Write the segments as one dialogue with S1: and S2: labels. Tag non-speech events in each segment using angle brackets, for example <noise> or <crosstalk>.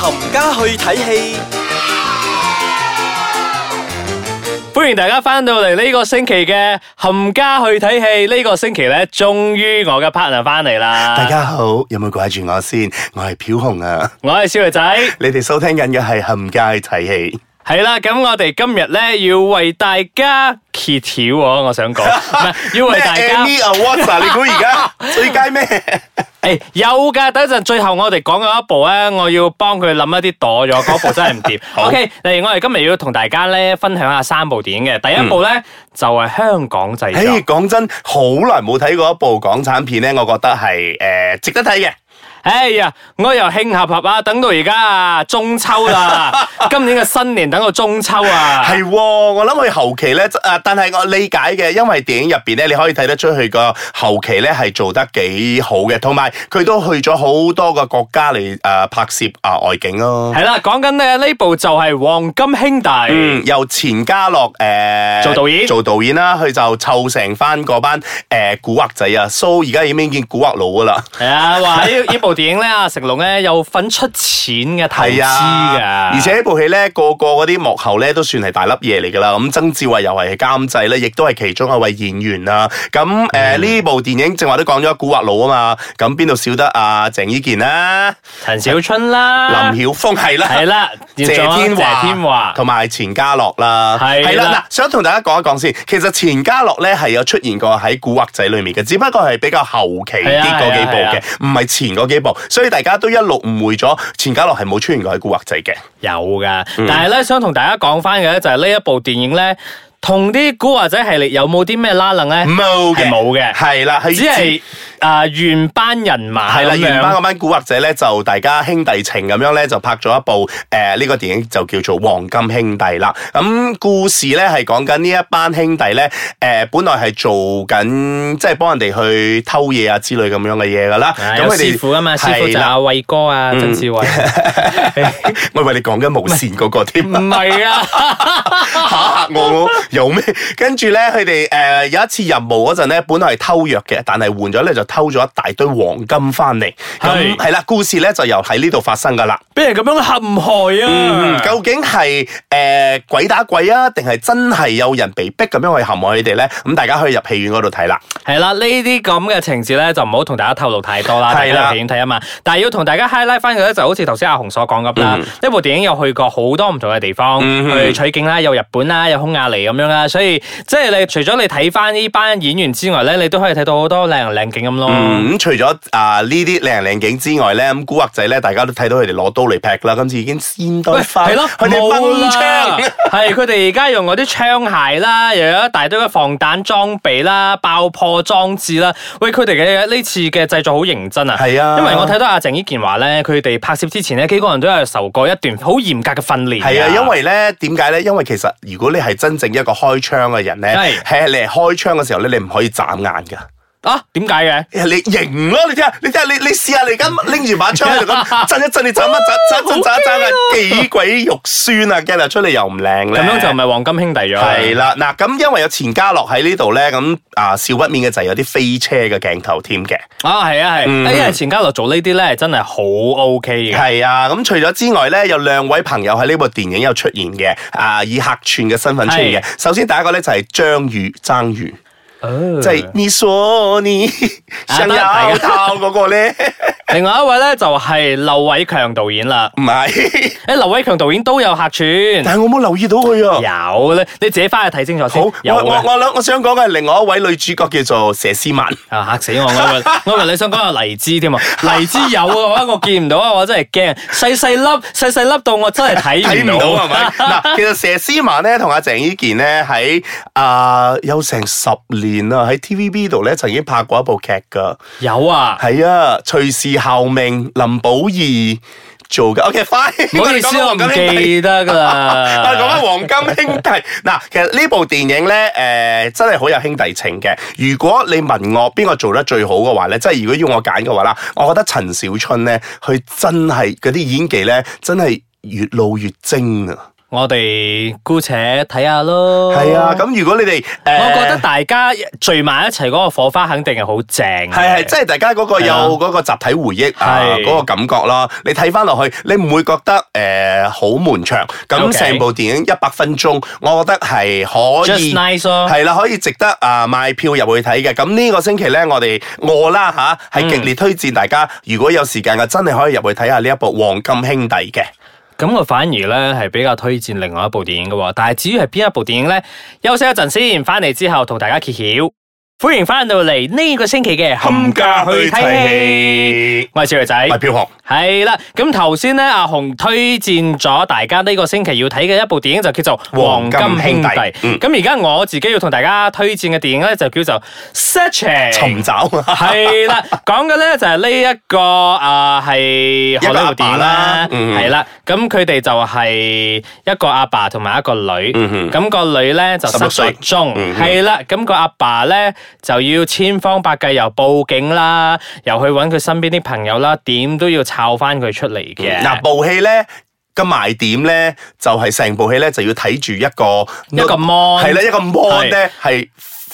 S1: 冚家去睇戲，
S2: 欢迎大家翻到嚟呢个星期嘅冚家去睇戏，呢、個个星期咧，终于我嘅 partner 翻嚟啦。
S3: 大，家好，有冇掛住我先？我係飄紅啊！ <laughs>
S2: 我系小女仔，
S3: 你哋收聽緊嘅係冚家去睇戲，
S2: 系啦，咁我哋今日咧要为大家揭晓喎，我想讲，唔系要为
S3: 咩
S2: 大
S3: <laughs>
S2: 家，
S3: Emmy
S2: <laughs>
S3: Awards 啊？你估而家最佳咩？
S2: 诶、有噶，等阵最后我哋讲嘅一部咧，我要帮佢谂一啲躲咗，嗰部真系唔
S3: <laughs>
S2: 掂。OK，嚟我哋今日要同大家咧分享下三部电影嘅，第一部咧、就系香港制作。
S3: 誒，講真，好耐冇睇過一部港產片咧，我覺得係诶、誒值得睇嘅。
S2: 哎呀，我由慶合合啊，等到而家啊中秋啦，今年嘅新年等到中秋啊，
S3: 係喎，我諗佢後期咧，啊，但係我理解嘅，因為電影入邊咧，你可以睇得出佢個後期咧係做得幾好嘅，同埋佢都去咗好多個國家嚟诶、啊拍攝啊外景咯、
S2: 係啦，講緊咧呢部就係《黃金兄弟》，
S3: 嗯，由錢嘉樂誒
S2: 做導演
S3: 呃做導演啦，佢就湊成翻嗰班誒、呃古惑仔啊，so 而家已經見古惑佬噶啦，
S2: 係啊，話呢呢部電影咧，阿成龍咧有份出錢嘅投資
S3: 係啊
S2: 㗎，，
S3: 而且呢部戲咧個個嗰啲幕後咧都算係大粒嘢嚟噶啦，咁曾志偉又係監製咧，亦都係其中一位演員啦。咁
S2: 嗯
S3: 誒呢部電影正話都講咗古惑佬啊嘛，咁邊度少得啊鄭伊健啦、
S2: 陳小春啦，
S3: 林曉峰係啦。
S2: 啊係啦，
S3: 謝
S2: 仲有
S3: 天華、
S2: 謝天華，
S3: 同埋錢嘉樂啦，
S2: 係啦
S3: 係嗱，想同大家講一講先，其實錢嘉樂咧係有出現過喺《古惑仔》裏面嘅，只不過係比較後期
S2: 係
S3: 啲
S2: 啊
S3: 嗰幾部
S2: 係啊係
S3: 嘅
S2: 啊，
S3: 唔係前嗰幾部，所以大家都一路誤會咗錢嘉樂係冇出現過喺《古惑仔》嘅。
S2: 有噶，但系咧想同大家講翻嘅咧就係呢一部電影咧，同啲古惑仔系列有冇啲咩拉楞咧？
S3: 冇
S2: <laughs>
S3: 嘅，
S2: 係冇嘅
S3: 係啦，佢
S2: 只係啊原班人馬
S3: 係啦，
S2: 咁樣
S3: 原班嗰班古惑仔咧就大家兄弟情咁樣咧就拍咗一部誒呢個電影就叫做《黃金兄弟》啦。咁故事咧係講緊呢一班兄弟咧誒，本來係做緊即係幫人哋去偷嘢啊之類咁樣嘅嘢噶啦。
S2: 啊有師傅啊嘛，師傅
S3: 係
S2: 就係
S3: 啦嗯
S2: 阿偉哥啊，曾志
S3: <laughs>
S2: 偉。
S3: 我以為你講緊無線嗰個
S2: <laughs>
S3: 添
S2: 唔。係
S3: <laughs>
S2: 啊，
S3: 嚇嚇我我有咩？跟住咧，佢哋誒有一次任務嗰陣咧，本來係偷藥嘅，但係換咗咧就偷咗一大堆黃金翻嚟。
S2: 係
S3: 咁係啦，故事咧就由喺呢度發生噶啦。
S2: 俾人咁樣陷害
S3: 嗯，
S2: 啊！
S3: 究竟係誒、呃鬼打鬼啊，定係真係有人被逼咁樣去陷害佢哋咧？咁大家可以入戲院嗰度睇啦。
S2: 係啦，呢啲咁嘅情節咧，就唔好同大家透露太多啦，大
S3: 係啦
S2: 家入戲院睇啊嘛。但係要同大家 highlight 翻嘅咧，就好似頭先阿紅所講咁啦，呢部電影有去過好多唔同嘅地方
S3: 嗯
S2: 去取景啦，有日本啦，有匈牙利咁樣啦，所以即係你除咗你睇翻呢班演員之外咧，你都可以睇到好多靚人靚景咁咯。
S3: 嗯，咁除咗啊呢啲靚靚景之外咧，咁古惑仔咧，大家都睇到佢哋攞刀嚟劈啦，今次已經先到
S2: 喂，
S3: 翻，
S2: 係咯，
S3: 佢哋
S2: 冇
S3: 崩
S2: 啦
S3: 槍。， <laughs>
S2: 係佢哋而家用嗰啲槍械啦，又有一大堆嘅防彈裝備啦、爆破裝置啦。喂，佢哋嘅呢次嘅製作好認真啊！
S3: 係啊
S2: 因為我睇到阿鄭伊健話咧，佢哋拍攝之前咧，幾個人都有受過一段好嚴格嘅訓練㗎。
S3: 係啊，因為咧點解咧？因為其實如果你係真正一個開槍嘅人咧，
S2: 係
S3: 係你係開槍嘅時候咧，你唔可以眨眼㗎。
S2: 啊，點解嘅？
S3: 哎你型咯，你睇下，你睇下，你你試下你而家拎住把槍喺度咁震一震，你眨一眨，眨一眨眨啊，幾鬼肉酸啊！驚啊，出嚟又唔靚咧。
S2: 咁樣就唔係黃金兄弟咗啦。
S3: 係啦，嗱咁因為有錢嘉樂喺呢度咧，咁啊少不免嘅就係有啲飛車嘅鏡頭添嘅。
S2: 啊，係啊係，因為錢嘉樂做呢啲咧真係好 OK 嘅。
S3: 嗯係啊，咁除咗之外咧，有兩位朋友喺呢部電影有出現嘅，啊以客串嘅身份出現嘅。首先第一個咧就係張宇爭宇。
S2: 哦
S3: 即係你說
S2: 啊
S3: 你想要靠嗰個咧，
S2: 另外一位咧就係劉偉強導演啦。
S3: 唔
S2: <laughs>
S3: 係，
S2: 誒，劉偉強導演都有客串。
S3: 但係我冇留意到佢
S2: <laughs>
S3: 啊。
S2: 有咧，你自己翻去睇清楚
S3: 好，
S2: 先
S3: 我。
S2: 有啊
S3: 我
S2: 嘅
S3: 我諗我想講嘅係另外一位女主角叫做佘詩曼，
S2: 啊嚇死我！我以為 <laughs> 我以為你想講有荔枝
S3: <laughs>
S2: 添啊，荔枝有嘅話我見唔到啊，我真係驚，細細粒細細粒到我真係
S3: 睇
S2: <laughs> 睇
S3: 唔
S2: 唔
S3: 到 <laughs>
S2: 到
S3: 啊係咪？嗱，其實佘詩曼咧同阿鄭伊健咧喺啊有成十年啦，喺 TVB 度咧曾經拍過一部劇㗎，
S2: 有啊，
S3: 係啊，隨時效命，林保怡做嘅。OK，快，
S2: 唔好意思，我
S3: 哋講
S2: 唔
S3: 黃金兄弟
S2: 記
S3: <laughs>
S2: 得㗎
S3: 啊，講
S2: 啦。
S3: 緊黃金兄弟嗱，其實呢部電影咧，誒、真係好有兄弟情嘅。如果你問我邊個做得最好嘅話咧，即係如果要我揀嘅話啦，我覺得陳小春咧，佢真係嗰啲演技咧，真係越老越精啊！
S2: 我哋姑且睇下咯。
S3: 系啊，咁如果你哋诶，
S2: 哦我覺得大家聚埋一齊嗰個火花肯定係好正嘅。
S3: 系系，即係大家嗰個
S2: 係
S3: 有
S2: 啊
S3: 嗰個集體回憶啊，
S2: 係
S3: 嗰個感覺啦。你睇翻落去，你唔會覺得诶好悶長。咁
S2: OK
S3: 成部電影一百分鐘，我覺得係可
S2: just
S3: 以。
S2: nice 咯。
S3: 係啦，可以值得啊買票入去睇嘅。咁呢個星期咧，我哋我啦吓，
S2: 嗯
S3: 係極力推薦大家，如果有時間嘅，真係可以入去睇下呢一部《黃金兄弟》嘅。
S2: 咁我反而咧係比較推薦另外一部電影嘅喎，但係至於係邊一部電影咧，休息一陣先，翻嚟之後同大家揭曉。歡迎翻到嚟呢個星期嘅冚家去睇戲，
S3: 戲，
S2: 我係小女仔
S3: 喂，。票紅，
S2: 係啦，咁頭先咧，阿紅推薦咗大家呢個星期要睇嘅一部電影就叫做《黃
S3: 黃
S2: 金兄
S3: 金兄
S2: 弟嗯
S3: 弟》。
S2: 咁而家我自己要同大家推薦嘅電影咧就叫做《Searching》。
S3: 尋找。
S2: 系啦，講嘅咧就係呢一個啊，系荷里活電影啦，
S3: 一個阿爸啦嗯
S2: 係啦，咁佢哋就係一個阿爸同埋一個女，
S3: 嗯哼
S2: 咁個女咧就失
S3: 16歲
S2: 咗蹤，
S3: 嗯哼
S2: 係啦，咁個阿爸咧就要千方百計又報警啦，又去揾佢身邊啲朋友啦，點都要抄翻佢出嚟嘅。
S3: <laughs> 嗯嗱，部戲咧嘅賣點咧，就係成部戲咧就要睇住一個
S2: 一個 mon
S3: 係啦，一個 mon 咧係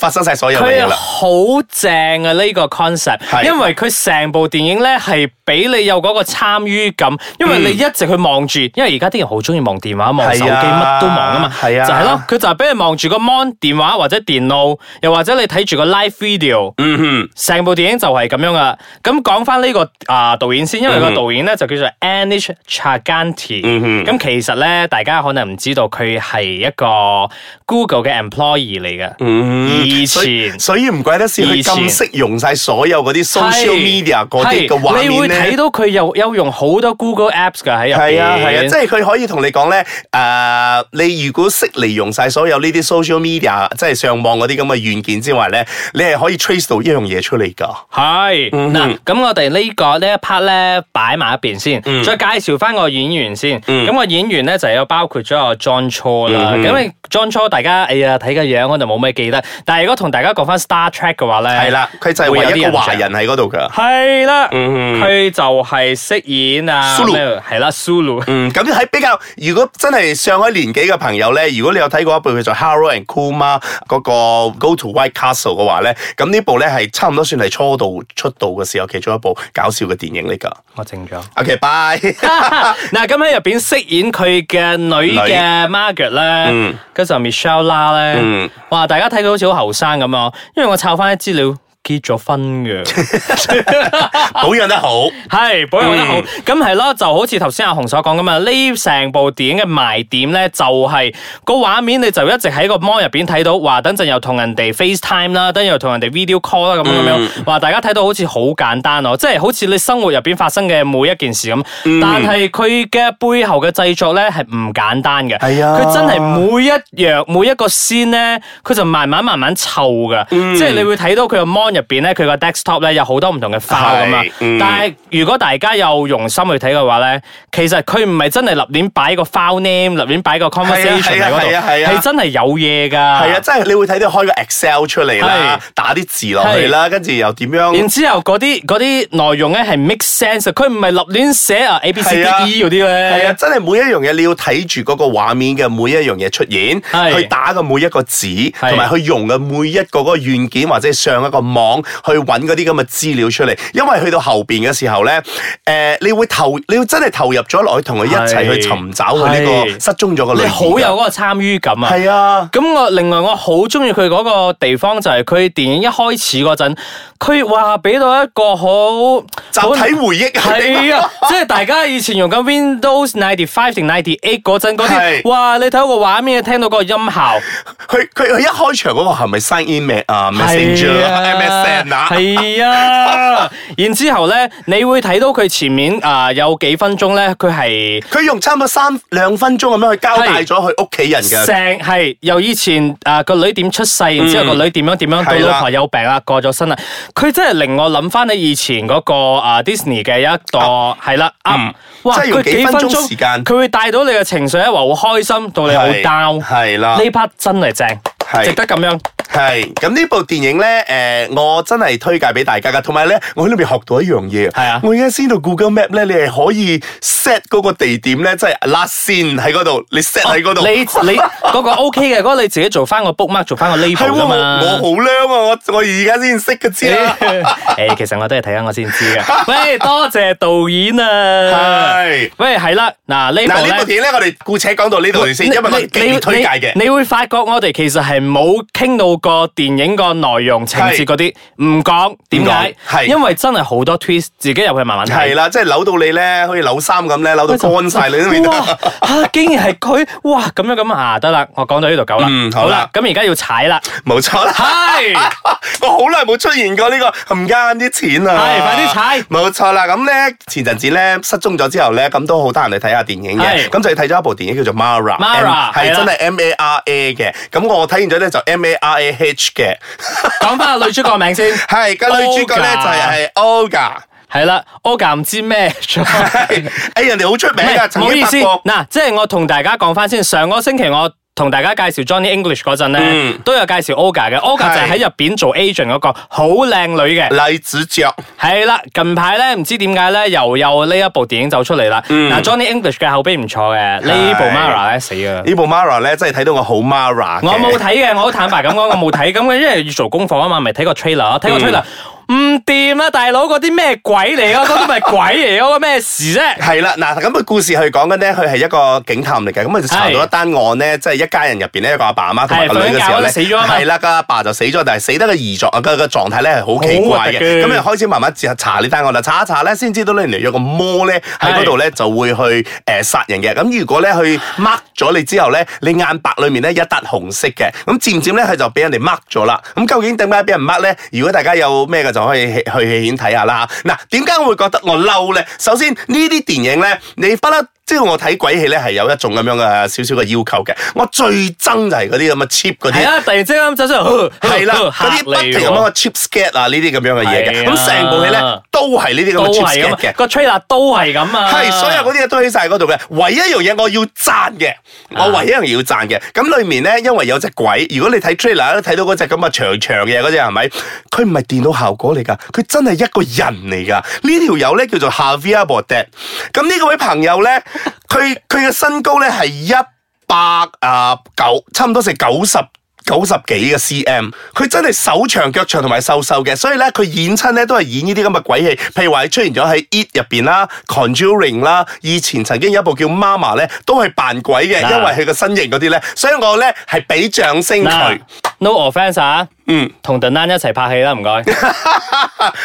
S3: 發生晒所有嘢
S2: 佢
S3: 啦。
S2: 好正啊！呢、個 concept，
S3: 係
S2: 因為佢成部電影咧係俾你有嗰個參與感，因為你一直去望住，因為而家啲人好中意望電話、望手機，乜、
S3: 嗯係啊
S2: 都望啊嘛，
S3: 係啊
S2: 就係咯，佢就係俾你望住個 mon 電話或者電腦，又或者你睇住個 live video，
S3: 嗯
S2: 成部電影就係咁樣噶。咁講翻呢個啊、導演先，因為個導演咧就叫做 Anish Chaganti，
S3: 嗯
S2: 咁、其實咧大家可能唔知道佢係一個 Google 嘅 employee 嚟嘅。
S3: 嗯
S2: 以前
S3: 所以所以唔怪得是
S2: 以
S3: 佢
S2: 前
S3: 咁識用晒所有嗰啲 social
S2: 係
S3: media 嗰啲
S2: 係
S3: 嘅畫
S2: 你會
S3: 面
S2: 睇
S3: 咧。
S2: 到佢又有用好多 Google Apps 噶喺入邊。
S3: 係啊係啊，即係佢可以同你講咧，诶、你如果識利用晒所有呢啲 social media，即係上網嗰啲咁嘅軟件之外咧，你係可以 trace 到一樣嘢出嚟㗎。
S2: 係
S3: 嗯
S2: 嗱，咁我哋呢個呢一 part 咧擺埋一邊先，
S3: 嗯
S2: 再介紹翻個演員先。
S3: 嗯
S2: 咁個演員咧就有包括咗阿 John Cho 啦。
S3: 嗯哼
S2: 咁你 John Cho 大家哎呀睇個樣我就冇咩記得，但係如果同大家講翻 Star Trek 嘅話咧，
S3: 係啦，佢就係
S2: 會有
S3: 唯一一
S2: 啲
S3: 個
S2: 印象
S3: 華人喺嗰度㗎。
S2: 係啦，
S3: 嗯
S2: 佢就係飾演啊
S3: Sulu
S2: 咩係啦 Sulu。
S3: 嗯，咁喺比較，如果真係上海年紀嘅朋友咧，如果你有睇過一部叫做《Harold and Kumar》嗰個《Go to White Castle》嘅話咧，咁呢部咧係差唔多算係初到出道嘅時候其中一部搞笑嘅電影嚟㗎。
S2: 我靜咗。
S3: OK，bye、
S2: <laughs> 嗱，咁喺入邊飾演佢嘅女嘅 Margaret 咧
S3: 嗯，
S2: 跟住 Michelle 啦咧
S3: 嗯，
S2: 哇！大家睇佢好似好後生咁啊，因為我抄翻啲資料。結咗婚嘅，
S3: 保養得好，
S2: <laughs> 係保養得
S3: 嗯
S2: 好，咁係咯，就好似頭先阿紅所講咁啊，呢成部電影嘅賣點咧，就係個畫面你就一直喺個 mon 入邊睇到，話等陣又同人哋 FaceTime 啦，等陣又同人哋 video call 啦，咁樣咁
S3: 嗯
S2: 樣，話大家睇到好似好簡單哦，即係好似你生活入邊發生嘅每一件事咁，
S3: 嗯
S2: 但係佢嘅背後嘅製作咧係唔簡單嘅，
S3: 係啊
S2: 佢真係每一樣每一個 scene 咧，佢就慢慢慢慢湊噶，
S3: 嗯
S2: 即係你會睇到佢個 mon 入邊咧，佢個 desktop 咧有好多唔同嘅 file 咁啊
S3: 係，嗯
S2: 但係如果大家有用心去睇嘅話咧，其實佢唔係真係立亂擺個 file name，立亂擺個 conversation
S3: 係
S2: 喺
S3: 啊
S2: 嗰度，
S3: 係啊係啊
S2: 係真係有嘢㗎。
S3: 係啊，真係你會睇到開個 Excel 出嚟啦
S2: 係，
S3: 打啲字落去啦，跟住又點
S2: 然
S3: 樣？
S2: 之後嗰啲嗰啲內容咧係 make sense，嘅佢唔係立亂寫啊 A B C
S3: 係啊
S2: D E 嗰啲
S3: 係啊，
S2: 咧，
S3: 真係每一樣嘢你要睇住嗰個畫面嘅每一樣嘢出現，
S2: 係
S3: 去打嘅每一個字，同埋去用嘅每一個嗰個軟件或者上一個網去揾嗰啲咁嘅資料出嚟。因為去到後邊嘅時候咧，誒、你會投，你要真係投入咗落去，同佢一齊去尋找佢呢個
S2: 係
S3: 失蹤咗嘅女
S2: 你
S3: 兒㗎
S2: 好有嗰個參與感啊！
S3: 係啊。
S2: 咁我另外我好中意佢嗰個地方就係佢電影一開始嗰陣，佢話俾到一個好
S3: 集體回憶啊
S2: 係
S3: <laughs>
S2: 啊，即係大家以前用緊 Windows ninety five 定 ninety eight 嗰陣嗰啲，
S3: 係
S2: 哇！你睇到個畫面，聽到個音效，
S3: 佢佢佢一開場嗰個係咪 sign in 咩啊 messenger 啊 MSN 啊？
S2: 係
S3: <laughs>
S2: 啊。然之後咧，你會睇到佢前面啊有幾分鐘咧，佢係。
S3: 佢用差唔多三兩分鐘咁樣去交代咗佢屋企人嘅。
S2: 成係由以前啊個女點出世，然之後個女點樣點樣，到
S3: 係啦
S2: 老婆有病啦，過咗身啦，佢真係令我諗翻起以前嗰個啊 Disney 嘅一個係啦，啱
S3: 嗯即係用幾分鐘時間
S2: 佢會帶到你嘅情緒，一話好開心到你好
S3: 係
S2: down，
S3: 係啦
S2: 呢 part 真係正，
S3: 係
S2: 值得咁樣
S3: 系咁呢部電影咧，诶、我真係推介俾大家噶。同埋咧，我喺裏边學到一樣嘢，
S2: 係啊
S3: 我而家先到 Google Map 咧，你係可以 set 嗰個地點咧，即係拉線喺嗰度，你 set 喺嗰度。
S2: 哦你
S3: <laughs>
S2: 你嗰個 OK 嘅，嗰個你自己做翻個 bookmark，做翻個
S3: 係喎
S2: label 噶
S3: 我
S2: 嘛。
S3: 我好靓啊！我我而家先識嘅知啦。
S2: <laughs> 诶，其實我都係睇下我先知
S3: <laughs>
S2: 嘅。喂，多謝導演啊！
S3: 係
S2: 喂，係啦，嗱呢
S3: 嗱，
S2: 部
S3: 呢
S2: 咧。
S3: 部電影咧，我哋姑且講到呢度先，因為我哋極力推介嘅。
S2: 你你會發覺我哋其實係冇傾到個電影個內容、情節嗰啲，唔講點解
S3: 唔講？係
S2: 因為真係好多 twist，自己入去慢慢睇
S3: 係。啦，即係扭到你咧，好似扭衫咁咧，扭到乾晒你都未得。
S2: 哇！嚇竟然係佢，哇！咁樣咁啊，得啦，我講到呢度夠啦。
S3: 嗯好
S2: 好
S3: 啦
S2: 啦，咁而家要踩
S3: <laughs>
S2: 啦，
S3: 冇錯啦。
S2: 係
S3: <laughs> 我好耐冇出現過呢、個唔間啲錢啊！
S2: 係快啲踩
S3: 冇錯啦，咁咧前陣子咧失蹤咗之後咧，咁都好多人嚟睇下電影嘅，
S2: 係
S3: 咁就睇咗一部電影叫做 Mara，
S2: Mara，
S3: 係
S2: 係啦
S3: 真係 M A R A 嘅，咁我睇完咗咧就 M A R A H 嘅，
S2: 講翻個女主角
S3: <laughs>
S2: 名先。
S3: 係個女主角咧
S2: Olga
S3: 就係 Olga，
S2: 係啦，Oga 唔知咩 <laughs> 咗。 <laughs>
S3: 係哎人哋好出名
S2: 唔
S3: 㗎，
S2: 係唔
S3: 曾
S2: 好意
S3: 經
S2: 思，
S3: 拍過。
S2: 嗱，即係我同大家講翻先，上個星期我。同大家介紹 Johnny English 嗰陣咧
S3: 嗯，
S2: 都有介紹 Oga 嘅，Oga 就
S3: 係嗯
S2: 係喺入邊做 agent 嗰個好靚女嘅，
S3: 黎子爵
S2: 係啦。近排咧唔知點解咧又有呢一部電影走出嚟啦。
S3: 嗯
S2: 嗱，Johnny English 嘅口碑唔錯嘅，呢部 Mara 咧死
S3: <laughs>
S2: 啊！
S3: 呢部 Mara 咧，真係睇到我好 Mara 嘅
S2: 我冇睇嘅，我好坦白咁講，我冇睇咁嘅，因為要做功課啊嘛，咪睇個
S3: 嗯
S2: trailer，睇個 trailer 唔掂啦，大佬嗰啲咩鬼嚟啊？嗰啲咪鬼嚟嗰個咩事啫？
S3: 係啦，嗱咁個故事佢講緊咧，佢係一個警探嚟嘅，咁佢就查到一單案咧，即係一家人入邊咧，一個阿爸阿媽 <laughs> 同埋個女嘅時候咧，
S2: 係瞓緊覺嗰陣死咗啊嘛
S3: 係啦，個阿爸就死咗，但係死得個兒狀啊個個狀態咧係好奇怪
S2: 好
S3: 嘅，
S2: 核突嘅
S3: 咁就開始慢慢查查呢單案啦，查一查咧先知道咧原來有個魔咧喺嗰度咧就會去誒殺人嘅，咁如果咧佢 mark 咗你之後咧，你眼白裡面咧一笪紅色嘅，咁漸漸咧佢就俾人哋 mark 咗啦，咁究竟點解俾人 mark 咧？如果大家有咩嘅就可以去去戲院睇下啦。嗱，點解我會覺得我嬲咧？首先呢啲電影咧，你不嬲。即係我睇鬼戲咧，係有一種咁樣嘅少少嘅要求嘅。我最憎就係嗰啲咁嘅 cheap
S2: 係
S3: 嗰啲。
S2: 啊，突然之間走出 <laughs>
S3: <laughs>
S2: 嚟，
S3: 係啦，嗰啲
S2: 嚇
S3: 不
S2: 你
S3: 停咁
S2: 喎
S3: 樣嘅 cheap scare 啊，呢啲咁樣嘅嘢嘅，
S2: 係啊
S3: 咁成部戲咧都係呢啲咁
S2: 都
S3: 嘅 cheap
S2: 係
S3: scare
S2: 咁
S3: 嘅
S2: 啊，。個 trailer 都係咁啊，
S3: 係，所有嗰啲嘢堆喺晒嗰度嘅。唯一一樣嘢我要讚嘅，
S2: 啊
S3: 我唯一一樣嘢要讚嘅。咁裡面咧，因為有隻鬼，如果你睇 trailer 咧，睇到嗰隻咁嘅長長嘅嗰隻係咪？佢唔係電腦效果嚟㗎，佢真係一個人嚟㗎。呢條友咧叫做 Javier Bardem。咁呢個位朋友咧，佢 <laughs> 佢嘅身高咧係一百啊九，差唔多成九十。九十幾嘅 cm，佢真係手長腳長同埋瘦瘦嘅，所以咧佢演親咧都係演呢啲咁嘅鬼戲，譬如話佢出現咗喺 It 入邊啦、Conjuring 啦，以前曾經有一部叫 Mama 咧，都係扮鬼嘅，
S2: 嗱
S3: 因為佢個身形嗰啲咧，所以我咧係俾掌聲佢
S2: 嗱。
S3: <laughs>
S2: ，no offence 啊，
S3: 嗯，
S2: 同 The Nun 一齊拍戲啦，唔該。
S3: <laughs>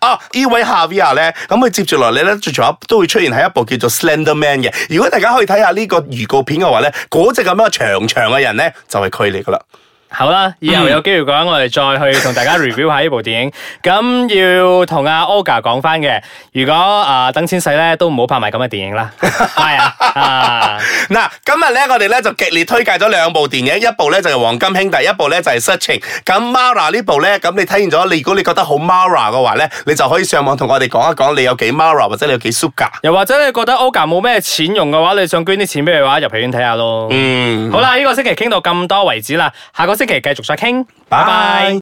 S3: 啊，呢位夏 Via 咧，咁佢接住落嚟咧，最後都會出現喺一部叫做 Slender Man 嘅。如果大家可以睇下呢個預告片嘅話咧，嗰只咁樣長長嘅人咧就係佢嚟噶啦。
S2: 好啦，以後有機會嘅話，我哋再去同大家 review 下呢部電影。咁要同阿 Oga 講翻嘅，如果啊、等錢使咧，都唔好拍埋咁嘅
S3: <laughs>
S2: 電影啦。係啊，啊
S3: 嗱，今日咧我哋咧就極力推介咗兩部電影，一部咧就係《黃金兄弟》，一部咧就係《Searching》。咁 Mara 呢部咧，咁你睇完咗，你如果你覺得好 Mara 嘅話咧，你就可以上網同我哋講一講你有幾 Mara 或者你有幾 Suga。
S2: 又或者你覺得 Oga 冇咩錢用嘅話，你想捐啲錢俾佢嘅話，入戲院睇下咯。
S3: 嗯，
S2: 好啦，呢、個星期傾到咁多為止啦，下個星期繼續再傾。
S3: 拜拜。